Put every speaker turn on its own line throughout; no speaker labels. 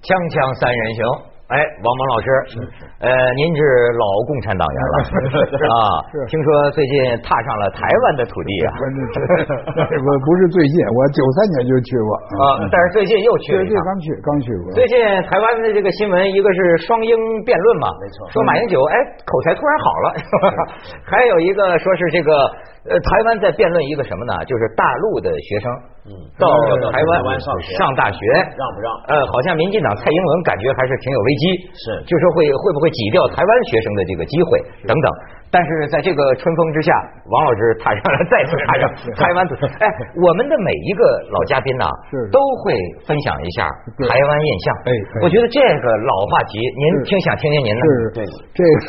锵锵三人行，哎，王蒙老师，呃，您是老共产党员了啊？听说最近踏上了台湾的土地 啊，
我我不是最近，我九三年就去过
啊，但是最近又去了
对
一
对，
啊
趟。
刚去刚去过。
最近台湾的这个新闻，一个是双英辩论嘛，没错，说马英九哎口才突然好了， 还有一个说是这个呃台湾在辩论一个什么呢？就是大陆的学生
嗯
到
到台
台湾
湾上学
上大学
让不让？
呃，好像民进党蔡英文感觉还是挺有危机，
是
就说会会不会挤掉台湾学生的这个机会等等。但是在这个春风之下，王老师踏上了再次踏上台 湾土。哎，我们的每一个老嘉宾呐、
是
都会分享一下
对
台湾印象。
哎可以
我觉得这个老话题，您挺想听听您的。
是
对
这个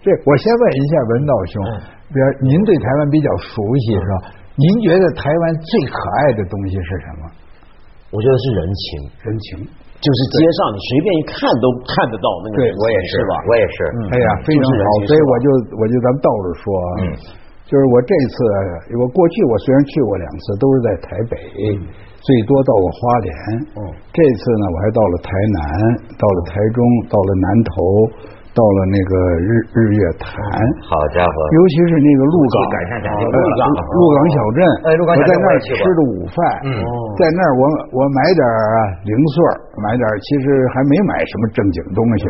这，我先问一下文道兄，
嗯
比如您对台湾比较熟悉是吧？您觉得台湾最可爱的东西是什么？
我觉得是人情，
人情。
就是街上你随便一看都看得到那个
对
人情，
我也是
是吧？
我也是。
嗯
哎呀，非常好，
就是人情
所以
是吧
我就我就咱们倒着说啊，
嗯
就是我这次我过去我虽然去过两次，都是在台北，
嗯
最多到过花莲，
哦
嗯
这次呢我还到了台南，到了台中，到了南投，到了那个日日月潭，
好家伙，
尤其是那个鹿港，
赶上赶上嗯
呃
鹿港
鹿港小镇，
哎鹿港小镇
我在那
我也
儿
去
吃
过
的午饭，
嗯
在那儿我我买点儿啊零碎儿，买点儿其实还没买什么正经东西。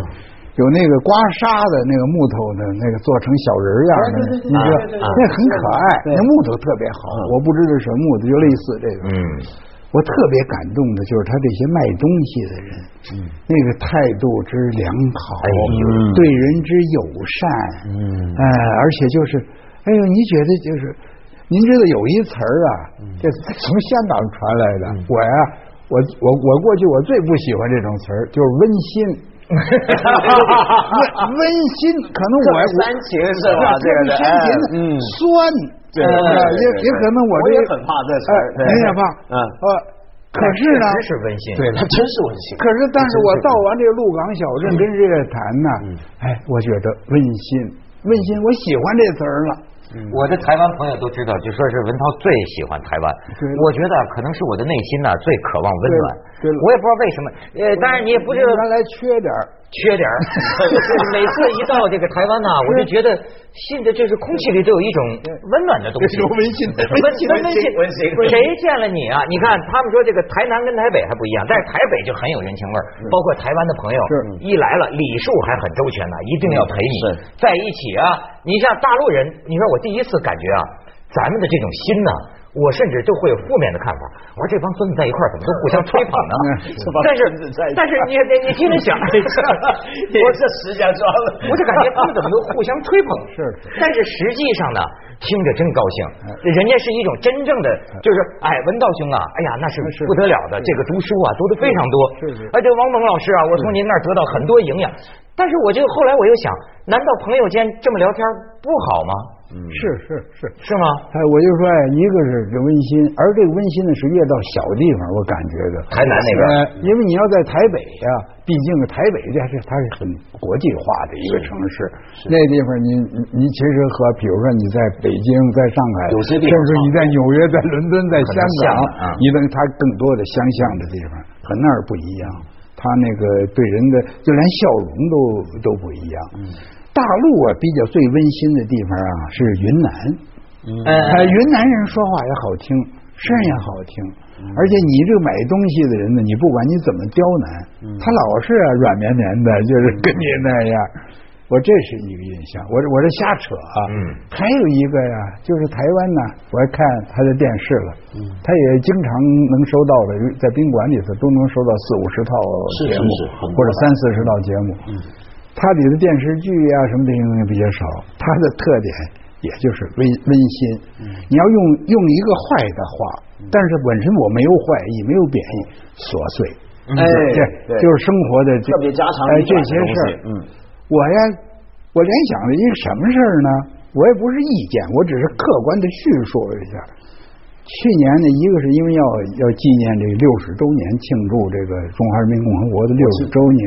有那个刮痧的那个木头的那个做成小人儿样的，你知道
对对对
那很可爱，那木头特别好，我不知道什么木头，就类似这个。
嗯，
我特别感动的就是他这些卖东西的人，那个态度之良好，
呦
对人之友善，嗯，哎，而且就是，哎呦，你觉得就是，您知道有一词儿啊，这从香港传来的，我呀、我我我过去我最不喜欢这种词儿，就是温馨。温温馨，可能我
特别煽情是吧
特别
啊这个
煽情
哎，嗯
酸，
对
呃
对对
也
对
也可能我
我
这
也很怕这词儿
哎
对
你也怕，
嗯
呃，可是呢，
确实是温馨。
对
他真是嗯温情。
可是，但是我到完这个鹿港小镇跟日月潭呢，哎，我觉得温馨，温馨，我喜欢这词儿了。
我的台湾朋友都知道，就说是文涛最喜欢台湾
对。
我觉得可能是我的内心呢、最渴望温暖。
对了
我也不知道为什么，呃，当然你也不是
原来缺点儿，
缺点儿。 每次一到这个台 湾呐、我就觉得现在就是空气里都有一种嗯温暖的东 西，
有温馨的
温馨的
温馨
温馨。谁见了你啊？你看他们说这个台南跟台北还不一样，但是台北就很有人情味儿，包括台湾的朋友
是
一来了，礼数还很周全呢，一定要陪你
是
在一起啊。你像大陆人，你说我第一次感觉啊，咱们的这种心呐、我甚至就会有负面的看法。我说这帮孙子在一块儿怎么都互相吹捧呢？
嗯
但是但是你你你听着想，
我这石家庄了，
我就感觉他们怎么都互相吹捧。
是
但是实际上呢，听着真高兴，人家是一种真正的，就是哎，文道兄啊，哎呀，那是
是
不得了的，这个读书啊读的非常多。
是是
哎，这王蒙老师啊，我从您那儿得到很多营养。但是我就后来我又想，难道朋友间这么聊天不好吗？
是是是。
是吗？
哎，我就说，哎，一个是这温馨，而这个温馨呢，是越到小地方，我感觉的
台南那边
呃因为你要在台北呀、毕竟台北这还是它是很国际化的一个城市，那地方你你你其实和比如说你在北京、在上海，
有些地方
甚至你在纽约、在伦敦、在香港
很像啊，
你等它更多的相像的地方和那儿不一样，它那个对人的就连笑容都都不一样。
嗯
大陆啊，比较最温馨的地方啊是云南。
嗯
呃，云南人说话也好听，声儿也好听，而且你这个买东西的人呢，你不管你怎么刁难，他老是啊软绵绵的，就是跟你那样。我这是一个印象，我这我这瞎扯啊。
嗯
还有一个呀，就是台湾呢，我还看他的电视
嗯
了，他也经常能收到的，在宾馆里头都能收到四五十套
是是
节目
是很多嗯
或者三四十套节目。它里的电视剧啊什么这些东西比较少，它的特点也就是温温馨。
嗯
你要用用一个坏的话，但是本身我没有坏意，没有贬义，琐碎。
哎
这
对
就是生活的这
特别家常
哎
里
这
短的
些
东
事儿。
西嗯，
我呀，我联想了一个什么事儿呢？我也不是意见，我只是客观的叙述了一下。去年呢，一个是因为要要纪念这个六十周年，庆祝这个中华人民共和国的六十周年；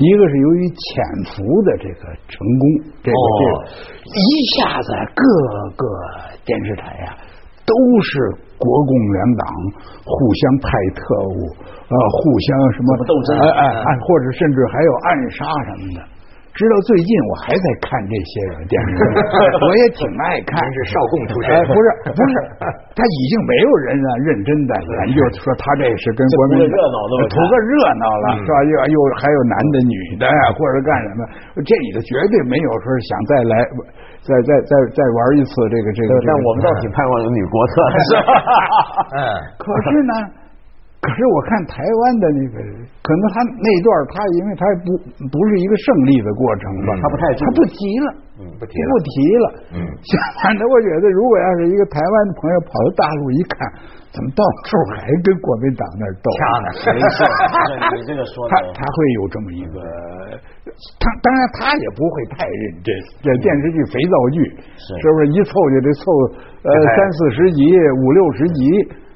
一个是由于潜伏的这个成功，这个这个
哦
啊一下子各个电视台呀、都是国共两党互相派特务，呃，互相什么
斗争
哎哎哎，或者甚至还有暗杀什么的。直到最近，我还在看这些个电视剧，我也挺爱看。
您是少共出身
哎，不是不是，他已经没有人啊认真的研究说他这是跟国民
这图个热闹的我看
图个热闹了是吧？又又还有男的女的呀、或者干什么？这里头绝对没有说想再来再再再再玩一次这个这个。这个
但我们倒挺盼望有女国策， 是吧？
嗯，
可是呢，可是我看台湾的那个，可能他那段儿他因为他不不是一个胜利的过程吧，
嗯
他不太他不急了，
嗯不
不
提了
提了。
嗯
相反的，我觉得如果要是一个台湾的朋友跑到大陆一看，怎么到处还跟国民党那儿斗？
掐呢，
没错，这你这个说
他
的
他会有这么一个，他当然他也不会太认真。这电视剧肥皂剧
是
是不是一凑就得凑呃
哎
三四十集、五六十集？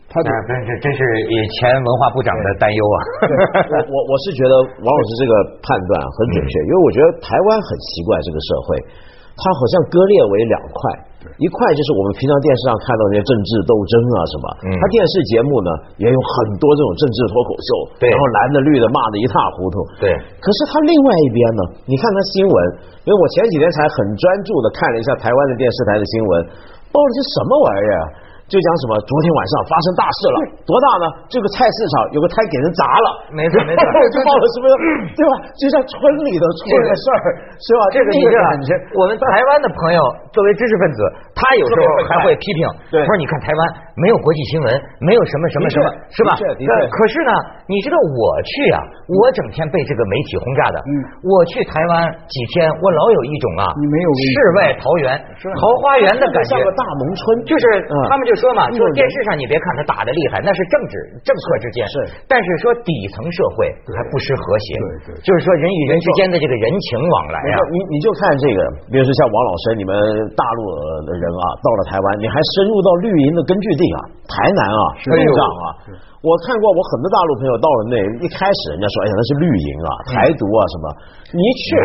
他得
那哎真是真是以前文化部长的担忧啊。
我我我是觉得王老师这个判断很准确，
嗯
因为我觉得台湾很奇怪，这个社会，它好像割裂为两块，一块就是我们平常电视上看到那些政治斗争啊什么
嗯，
它电视节目呢也有很多这种政治脱口秀，
对
然后蓝的绿的骂的一塌糊涂，
对
可是它另外一边呢，你看它新闻，因为我前几天才很专注的看了一下台湾的电视台的新闻，报了些什么玩意儿啊？就讲什么昨天晚上发生大事了，多大呢？这个菜市场有个胎给人砸了，
嗯没错没错 嗯
就报了什么，对吧？就像村里头出了个事儿，是吧？
啊这个你知
那
道
感觉，，
我们台湾的朋友作为知识分子，他有时候还会批评，
对
说你看台湾没有国际新闻，没有什么什么什么
的，
是
确
吧
的确的？确
但可是呢，你知道我去啊，我整天被这个媒体轰炸的。我去台湾几天，我老有一种啊，
你没有文化
世外桃源、桃花源的感觉
像。个大农村，
就是
嗯
他们就说嘛，
嗯
说电视上你别看他打的厉害，那是政治政客之间，
是
但是说底层社会还不失和谐，
对对
就是说人与人之间的这个人情往来
没
啊
错，，你你就看这个，比如说像王老师，你们大陆的人啊，到了台湾，你还深入到绿营的根据地啊，台南啊，
哎
鹿
呦
港啊。我看过，我很多大陆朋友到了那，一开始人家说，哎呀，那是绿营啊，台独啊什么。你一去，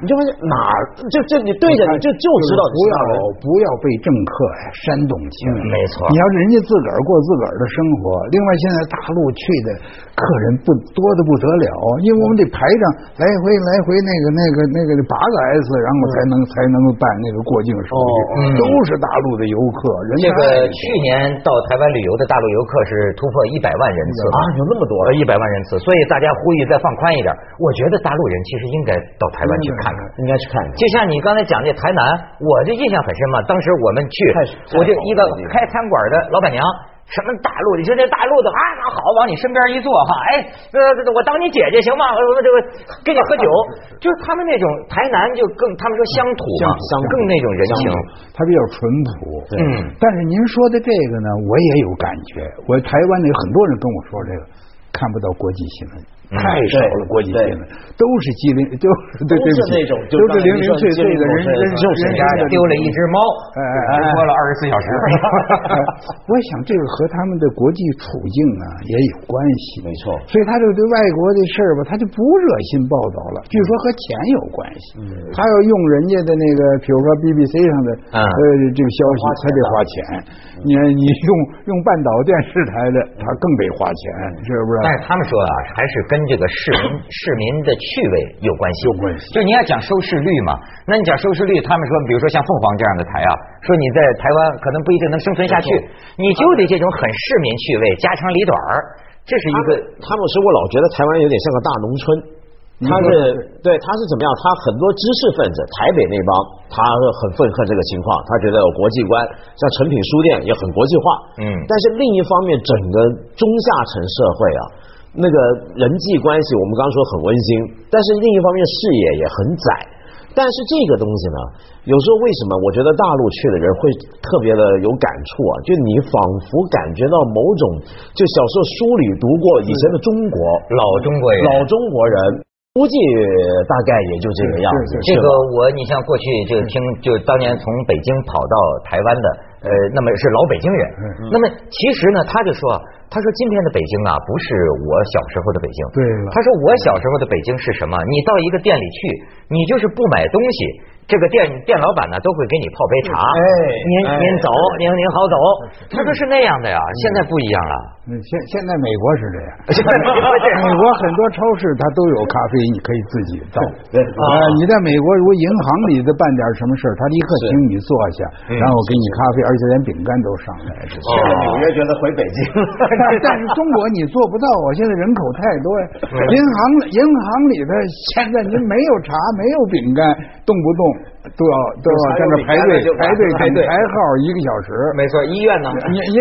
你就发现哪儿，就就你对着你就就知道你
不
是
要
大陆人。
不要被政客呀煽动起来。
嗯没错
你要是人家自个儿过自个儿的生活。另外，现在大陆去的客人不多的不得了，因为我们得排上来回来回那个那个那个八个 S，然后才
嗯
能才能办那个过境手续
哦
嗯，
都是大陆的游客，人
这
家
个去年到台湾旅游的大陆游客是突破一百万人次呃
啊，有那么多，
一百万人次，所以大家呼吁再放宽一点。我觉得大陆人其实应该到台湾去看看。
嗯应该去看看。
就像你刚才讲这台南，我这印象很深嘛。当时我们去
太太，
我就
好了
一个
这个
开餐馆的老板娘，什么大陆的，你说这大陆的啊，那好，往你身边一坐哈，哎，呃，我当你姐姐行吗？我这个跟你喝酒，
啊
就是他们那种台南就更，他们说乡土嘛
乡土乡，土
更那种人情。
他比较淳朴。
对
嗯
但是您说的这个呢，我也有感觉。我台湾有很多人跟我说这个，看不到国际新闻。
嗯
太少了，国际新闻都是吉林，都是对对
都
不
是
起
那种就
都是
刚
零
才您
零
说的
碎
吉
碎
林
的
狗
人
是
人
就
生
是
人
人
家
生的
丢了一只猫，
哎哎哎
直播了二十四小时。
哎 我想这个和他们的国际处境啊也有关系，
没错
所以他就对外国的事儿吧，他就不热心报道了。据说和钱有关系，他要用人家的那个，比如说 BBC 上
嗯
的呃这个消息，他得花钱。嗯你你用用半岛电视台的，他更得花钱，是不 是？
但是他们说啊，还是跟这个市民市民的趣味有关系。
有关系
就你要讲收视率嘛，那你讲收视率，他们说，比如说像凤凰这样的台啊，说你在台湾可能不一定能生存下去，你就得这种很市民趣味、家长里短儿，这是一
他
个
们他们使我老觉得台湾有点像个大农村。他是对，他是怎么样？他很多知识分子，台北那帮，他很愤恨这个情况，他觉得有国际观，像诚品书店也很国际化，
嗯
但是另一方面，整个中下层社会啊，那个人际关系，我们刚刚说很温馨，但是另一方面视野也很窄。但是这个东西呢，有时候为什么我觉得大陆去的人会特别的有感触啊？就你仿佛感觉到某种，就小时候书里读过以前的中国，
老中国人。
老中国人估计大概也就这个样子。
这
是
个
吧
我，你像过去这个听，就当年从北京跑到台湾的，呃，那么是老北京人。那么其实呢，他就说，他说今天的北京啊，不是我小时候的北京。
对了
他说我小时候的北京是什么？你到一个店里去，你就是不买东西，这个店店老板呢都会给你泡杯茶，
哎
您
哎
您走，您您好走，他说是那样的呀，现在不一样了，
嗯现现在美国是这样，
现 在美国这样
美国很多超市它都有咖啡，你可以自己倒。
对
啊，你在美国如果银行里头办点什么事儿，他立刻请你坐下，
嗯
然后给你咖啡，而且连饼干都上来。这是
去
哦
了纽约觉得回北京，
但但是中国你做不到啊！现在人口太多呀，
嗯
银行里银行里头现在您没有茶，没有饼干，动不动都要都要在那排队
有茶
排
有
队
饼干就
等
排队
排号一个小时。
没错，医院呢？
医医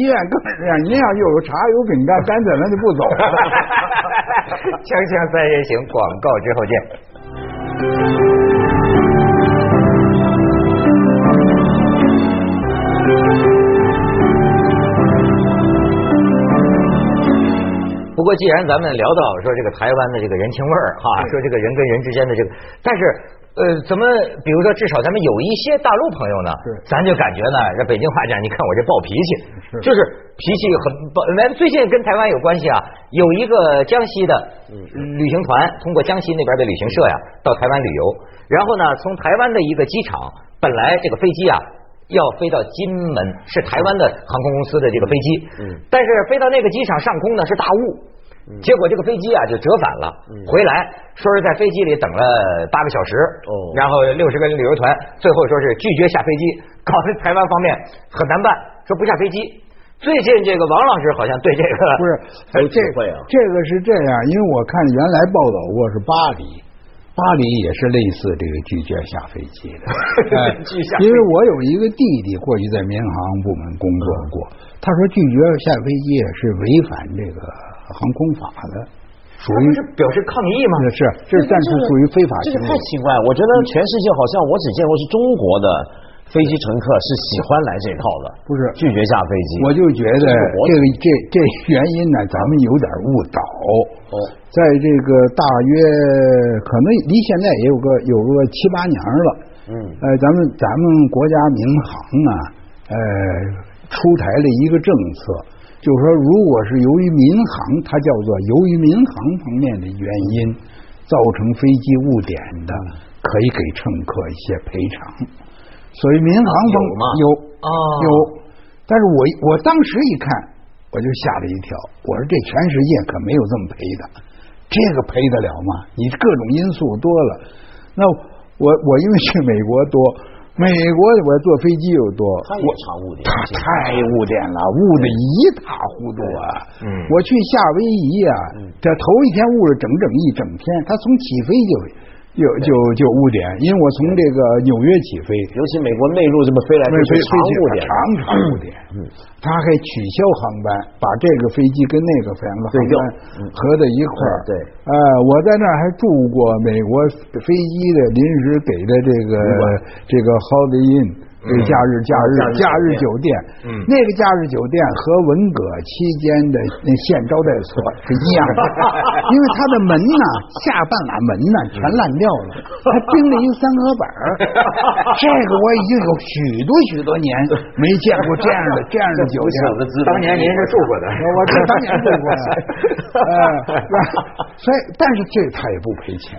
医院更是这样，您要有茶有饼干，干脆咱就不走了。
锵锵三人行，广告之后见。不过，既然咱们聊到说这个台湾的这个人情味儿哈，说这个人跟人之间的这个，但是呃，怎么比如说，至少咱们有一些大陆朋友呢，
是
咱就感觉呢，这北京话讲，你看我这暴脾气，
是
就是脾气很暴。来，最近跟台湾有关系啊，有一个江西的
嗯
嗯旅行团通过江西那边的旅行社呀、到台湾旅游，然后呢，从台湾的一个机场，本来这个飞机啊。要飞到金门，是台湾的航空公司的这个飞机，
嗯
但是飞到那个机场上空呢是大雾，结果这个飞机啊就折返了，
嗯
回来说是在飞机里等了八个小时，
哦
然后六十个人旅游团最后说是拒绝下飞机，搞得台湾方面很难办，说不下飞机。最近这个王老师好像对这个哎
不 是
还有，
这
机会啊
这个是这样，因为我看原来报道过是巴黎，巴黎也是类似这个拒绝下飞机 的，哎
拒下
因为我有一个弟弟过去在民航部门工作过，他说拒绝下飞机也是违反这个航空法的，属于
是表示抗议吗？
是这但是属于非法
啊这
行
个
为
太。奇怪，我觉得全世界好像我只见过是中国的飞机乘客是喜欢来这套的，
不是
拒绝下飞机。
我就觉得
这是我
这个这这原因呢，咱们有点误导。
哦
在这个大约可能离现在也有个有个七八年了。
嗯
呃，咱们咱们国家民航啊，呃，出台了一个政策，就是说，如果是由于民航，它叫做由于民航方面的原因造成飞机误点的，可以给乘客一些赔偿。所以民航方
有吗
有
哦
有，但是我一我当时一看，我就吓了一跳，我说这全世界可没有这么赔的，这个赔得了吗？你各种因素多了，那我我因为去美国多，美国我坐飞机又多，
他也
我
常误点
他太误点了，误的一塌糊涂啊！
嗯
我去夏威夷啊，这头一天误了整整一整天，他从起飞就。就就就误点，因为我从这个纽约起飞，
尤其美国内陆这么飞来飞
飞
去，常误点嗯
常常误点，他还取消航班，把这个飞机跟那个飞两个航班合在一块儿。
嗯对
呃，我在那儿还住过美国飞机的临时给的这个这个 Holiday Inn，这个假日假日假日酒嗯店，那个假日酒店和文革期间的那县招待 所是一样的，因为它的门呐，下半拉门呐全烂掉了，还钉了一个三合板 儿。这个我已经有许多许多年没见过这样的 这样的酒店了。
当年您是住过的，
嗯我这当年住过 呀，呃，所以但是这他也不赔钱，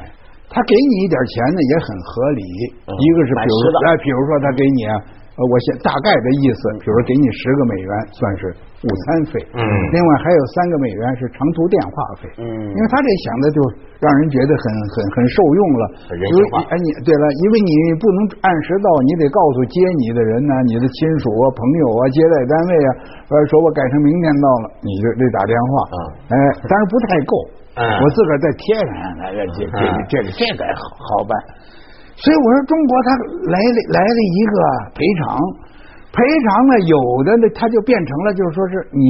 他给你一点钱呢也很合理。一个是比如
嗯买吃的
哎，比如说他给你啊，呃我现大概的意思，比如说给你十个美元算是午餐费，
嗯
另外还有三个美元是长途电话费，
嗯
因为他这想的就让人觉得很很很受用了，
很人
因
性
为
化
哎你对了，因为你不能按时到，你得告诉接你的人呢、你的亲属啊、朋友啊、接待单位啊，呃，说我改成明天到了，你就得打电话
啊
哎，当然不太够，
嗯
我自个儿再贴上，哎，这这
嗯
这这这个好好办。所以我说中国他来了来了一个赔偿，赔偿呢有的呢他就变成了就是说是你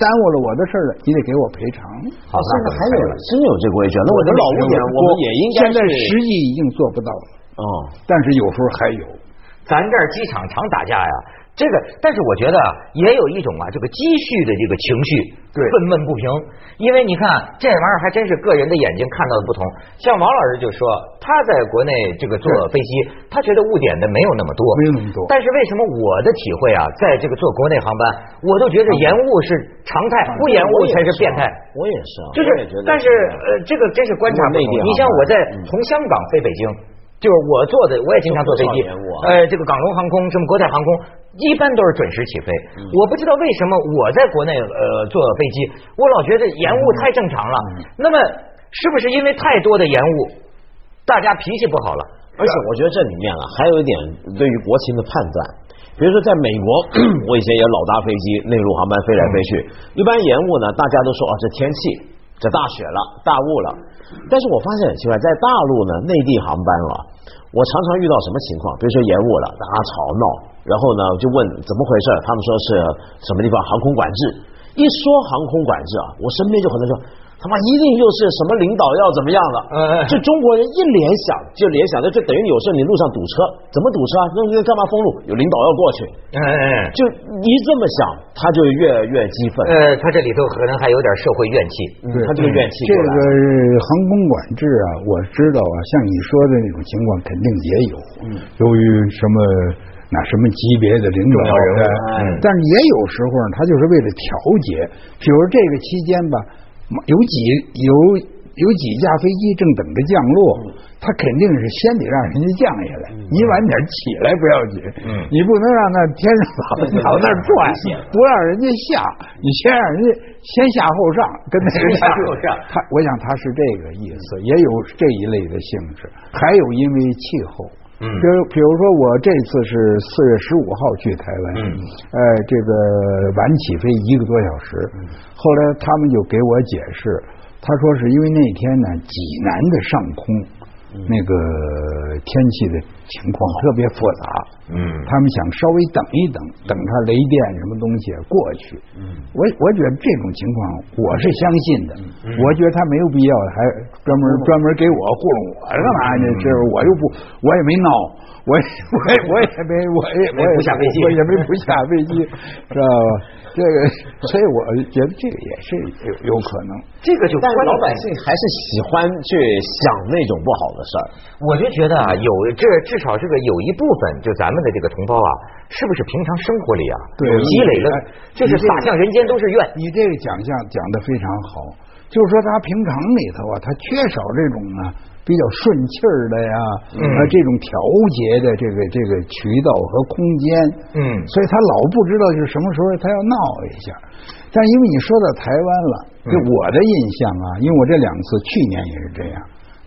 耽误了我的事儿了，你得给我赔偿。
好
现在还有真有这规矩，那我
我
的老误点，我们也应该
现在
是
实际已经做不到了，
哦，
但是有时候还有。
咱这儿机场常打架呀。这个，但是我觉得啊，也有一种啊，这个积蓄的这个情绪，
对
愤懑不平。因为你看这玩意儿还真是个人的眼睛看到的不同。像王老师就说，他在国内这个坐飞机，他觉得误点的没有那么多，
没有那么多
但是为什么我的体会啊，在这个坐国内航班，我都觉得延误是常
啊
态，不延误才是变态。
我也是啊，
就
我也
是
觉得，
但是呃，这个真是观察不
内地
同。你
航
像
班
我在
嗯
从香港飞北京，就是我坐的，我也经常坐飞机
这多少延误啊，
呃，这个港龙航空，什么国泰航空，一般都是准时起飞。
嗯
我不知道为什么我在国内呃坐飞机，我老觉得延误太正常了。
嗯
那么是不是因为太多的延误，大家脾气不好了？
而且我觉得这里面啊，还有一点对于国情的判断。比如说，在美国，我以前也老搭飞机，内陆航班飞来飞去，一般延误呢，大家都说啊，这天气，这大雪了，大雾了。但是我发现很奇怪，在大陆呢，内地航班啊，我常常遇到什么情况？比如说延误了，大家吵闹，然后呢就问怎么回事，他们说是什么地方航空管制。一说航空管制啊，我身边就很多人说。他妈一定又是什么领导要怎么样了？
哎哎
就中国人一联想就联想，那就等于有时候你路上堵车，怎么堵车啊？那那干嘛封路？有领导要过去，
嗯嗯嗯。
就一这么想，他就越越激愤，
呃，他这里头可能还有点社会怨气。嗯
嗯他这个怨气
这
过
个
来了。
是航空管制啊，我知道啊，像你说的那种情况肯定也有。
嗯
由于什么哪什么级别的领导
重要人物
对
哎
嗯
但是也有时候呢，他就是为了调节，比如这个期间吧，有几有。有几架飞机正等着降落，他肯定是先得让人家降下来。你晚点起来不要紧，你不能让那天上老老那儿转，不让人家下，你先让人家先下后上，跟那
先
个
下后上
他，我想他是这个意思，也有这一类的性质，还有因为气候。
嗯
比如比如说我这次是四月十五号去台湾，
嗯
呃，这个晚起飞一个多小时，
嗯
后来他们就给我解释，他说是因为那天呢济南的上
嗯
空那个天气的情况特别复杂，
嗯
他们想稍微等一等，等它雷电什么东西过去。嗯，我我觉得这种情况我是相信的，
嗯
我觉得他没有必要还专门专门给我糊弄我
嗯
干嘛呢？这我又不我也没闹，我也我也我也没我也我也
没不下飞机
我也没不下飞 机，知道吧？这个，所以我觉得这个也是有有可能。
这个就
但是
关老
老百姓还是喜欢去想那种不好的事儿。
我就觉得啊，有这至少这个有一部分，就咱们的这个同胞啊，是不是平常生活里啊，
对
有积累的
哎，
就是
你这个
撒向人间都是 怨。
你这个奖项讲的非常好，就是说他平常里头啊，他缺少这种啊比较顺气儿的呀，
嗯
啊这种调节的这个这个渠道和空间，
嗯
所以他老不知道就是什么时候他要闹一下。但因为你说到台湾了，就
嗯
我的印象啊，因为我这两次去年也是这样。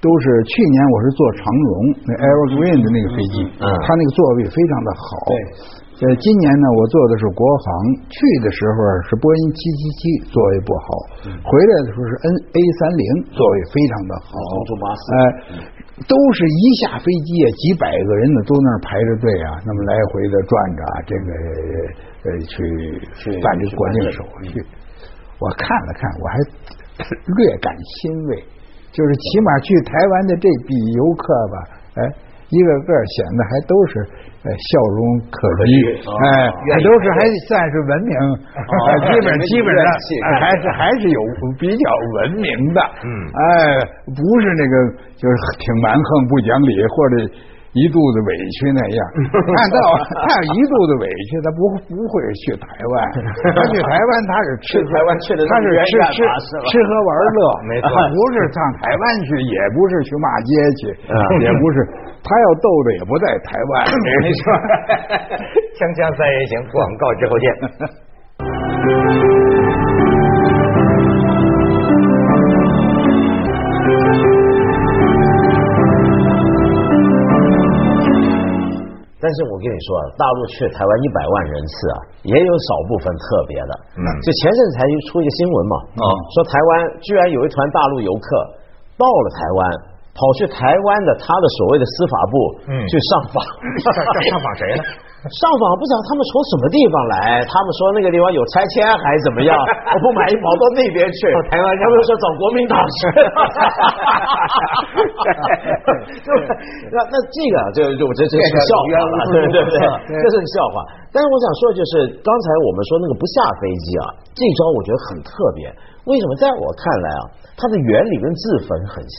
都是去年我是坐长荣那 Evergreen 的那个飞机，
嗯
它那个座位非常的好。对，呃，今年呢，我坐的是国航，去的时候是波音七七七座位不好，
嗯
回来的时候是 N A 三零座位非常的好。
长途巴士
哎，都是一下飞机啊，几百个人呢都那儿排着队啊，那么来回的转着啊，这个呃去
去
办这个国境
去
手啊
办
续。我看了看，我还略感欣慰，就是起码去台湾的这笔游客吧，哎，一个个显得还都是呃笑容可掬，哎，还都是还算是文明，哎基本
没
基本上
怨气
哎还是还是有比较文明的，
嗯
哎，不是那个就是挺蛮横不讲理或者。一肚子委屈那样，按道他要一肚子委屈，他不不会去台湾，他去台湾他是吃
去台湾去得
他是
那么
吃
远干
吃
嘛是吧
吃喝玩 乐，
没错
他不是上台湾去，也不是去骂街去，
啊
也不是他要斗的也不在台 湾，没错。
锵锵三人行，广告之后见。
但是我跟你说，啊，大陆去台湾一百万人次啊，也有少部分特别的。
嗯
就前阵才出一个新闻嘛，
哦
说台湾居然有一团大陆游客到了台湾，跑去台湾的他的所谓的司法部，
嗯
去上 访。
上上上访谁呢？
上访不知道他们从什么地方来，他们说那个地方有拆迁还是怎么 样，我不满意跑到那边去，
到台湾去
哦他们说找国民党去。 那那这个啊就就我这这是笑话了，对对对，这是个笑话。但是我想说，就是刚才我们说那个不下飞机啊，这招我觉得很特别。为什么？在我看来啊，它的原理跟自焚很像。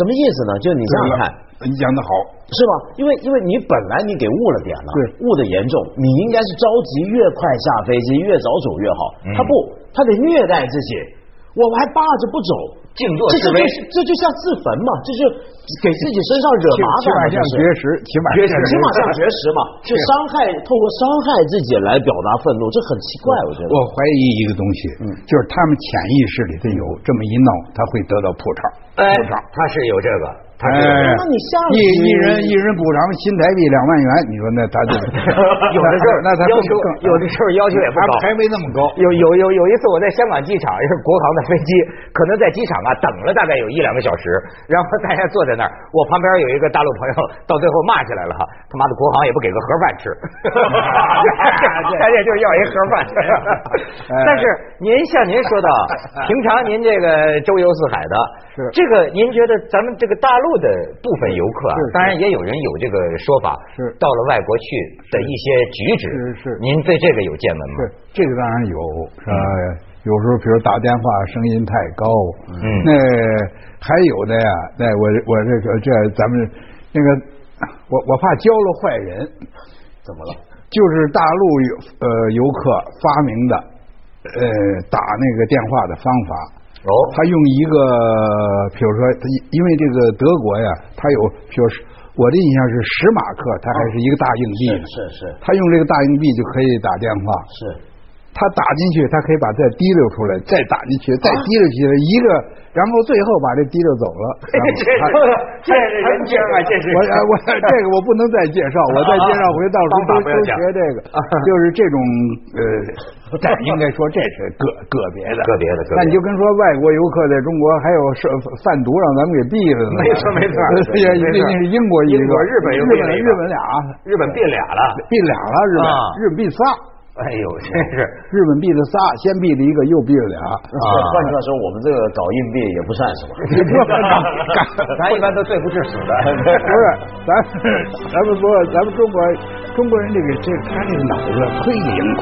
什么意思呢？就你想想看，
嗯你讲的好，
是吧？因为因为你本来你给误了点了，
对
误的严重，你应该是着急，越快下飞机越早走越好。他不，他得虐待自己。我还霸着不走，
静坐
这
示威
这就，是这就像自焚嘛，这是给自己身上惹麻
起
烦
码
嘛，
像
这是
绝食，起码
绝食，起码像绝食嘛，是伤害透过伤害自己来表达愤怒，这很奇怪，我觉得
我。怀疑一个东西，
嗯
就是他们潜意识里头有这么一闹，他会得到补偿，
哎
补偿。，
他是有这个，他
哎
是有这个
那你下
一
次
一人一人补偿新台币两万元，你说那他 就
有的时候
那他
要
更
求
更
有的时候要求也不高
还还没那么高。
有有有有一次我在香港机场，也是国航的飞机，可能在机场啊等了大概有一两个小时，然后大家坐在那儿，我旁边有一个大陆朋友，到最后骂起来了，他妈的国航也不给个盒饭 吃，大家就要一盒饭。
哎
但是您像您说的，平常您这个周游四海的，
是
这个您觉得咱们这个大陆的部分游客啊
是是，
当然也有人有这个说法，
是
到了外国去的一些举止，
是是
您对这个有见闻吗？
是这个当然有，是吧？有时候比如打电话声音太高，
嗯
那还有的呀，那我我这个这咱们那个，我我怕教了坏人，
怎么了？
就是大陆游呃游客发明的，呃打那个电话的方法，
哦，
他用一个，比如说，他因为这个德国呀，他有，比如说我的印象是十马克，它还是一个大硬币呢，
是是
他用这个大硬币就可以打电话，
是，
他打进去，他可以把再滴溜出来，再打进去，再滴溜起来一个，然后最后把这滴溜走了。然后他
这是人精啊，这
我啊我这个我不能再介绍，我再介绍回到时候
方法不
都都
要
学
讲
这个，就是这种呃，这应该说这是个个别的，
个别的个别的
那你就跟说外国游客在中国还有是贩毒让咱们给毙了呢，
没错没错
也
没错
那那是英国一
英
个
国，日本又
日
毙
本
了一个
日本俩，
日本毙俩了，
毙俩了，日本
啊
日本毙仨，
哎呦，真是
日本毙了仨，先毙了一个，又毙了俩。
啊换句话说，我们这个搞硬币也不算什么。
咱一般都罪不至死
不
的。
是，咱咱们说，咱们中国中国人这个这个他这个脑子忒灵活，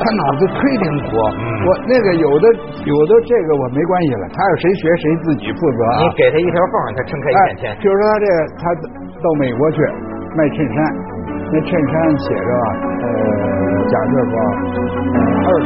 他脑子忒灵活。
嗯
我那个有的有的这个我没关系了，他要谁学谁自己负责啊
你。给他一条缝儿，他 撑开一片
哎，
天。
比如说他这个他到美国去卖衬衫，那衬衫写着啊呃，假设说呃二十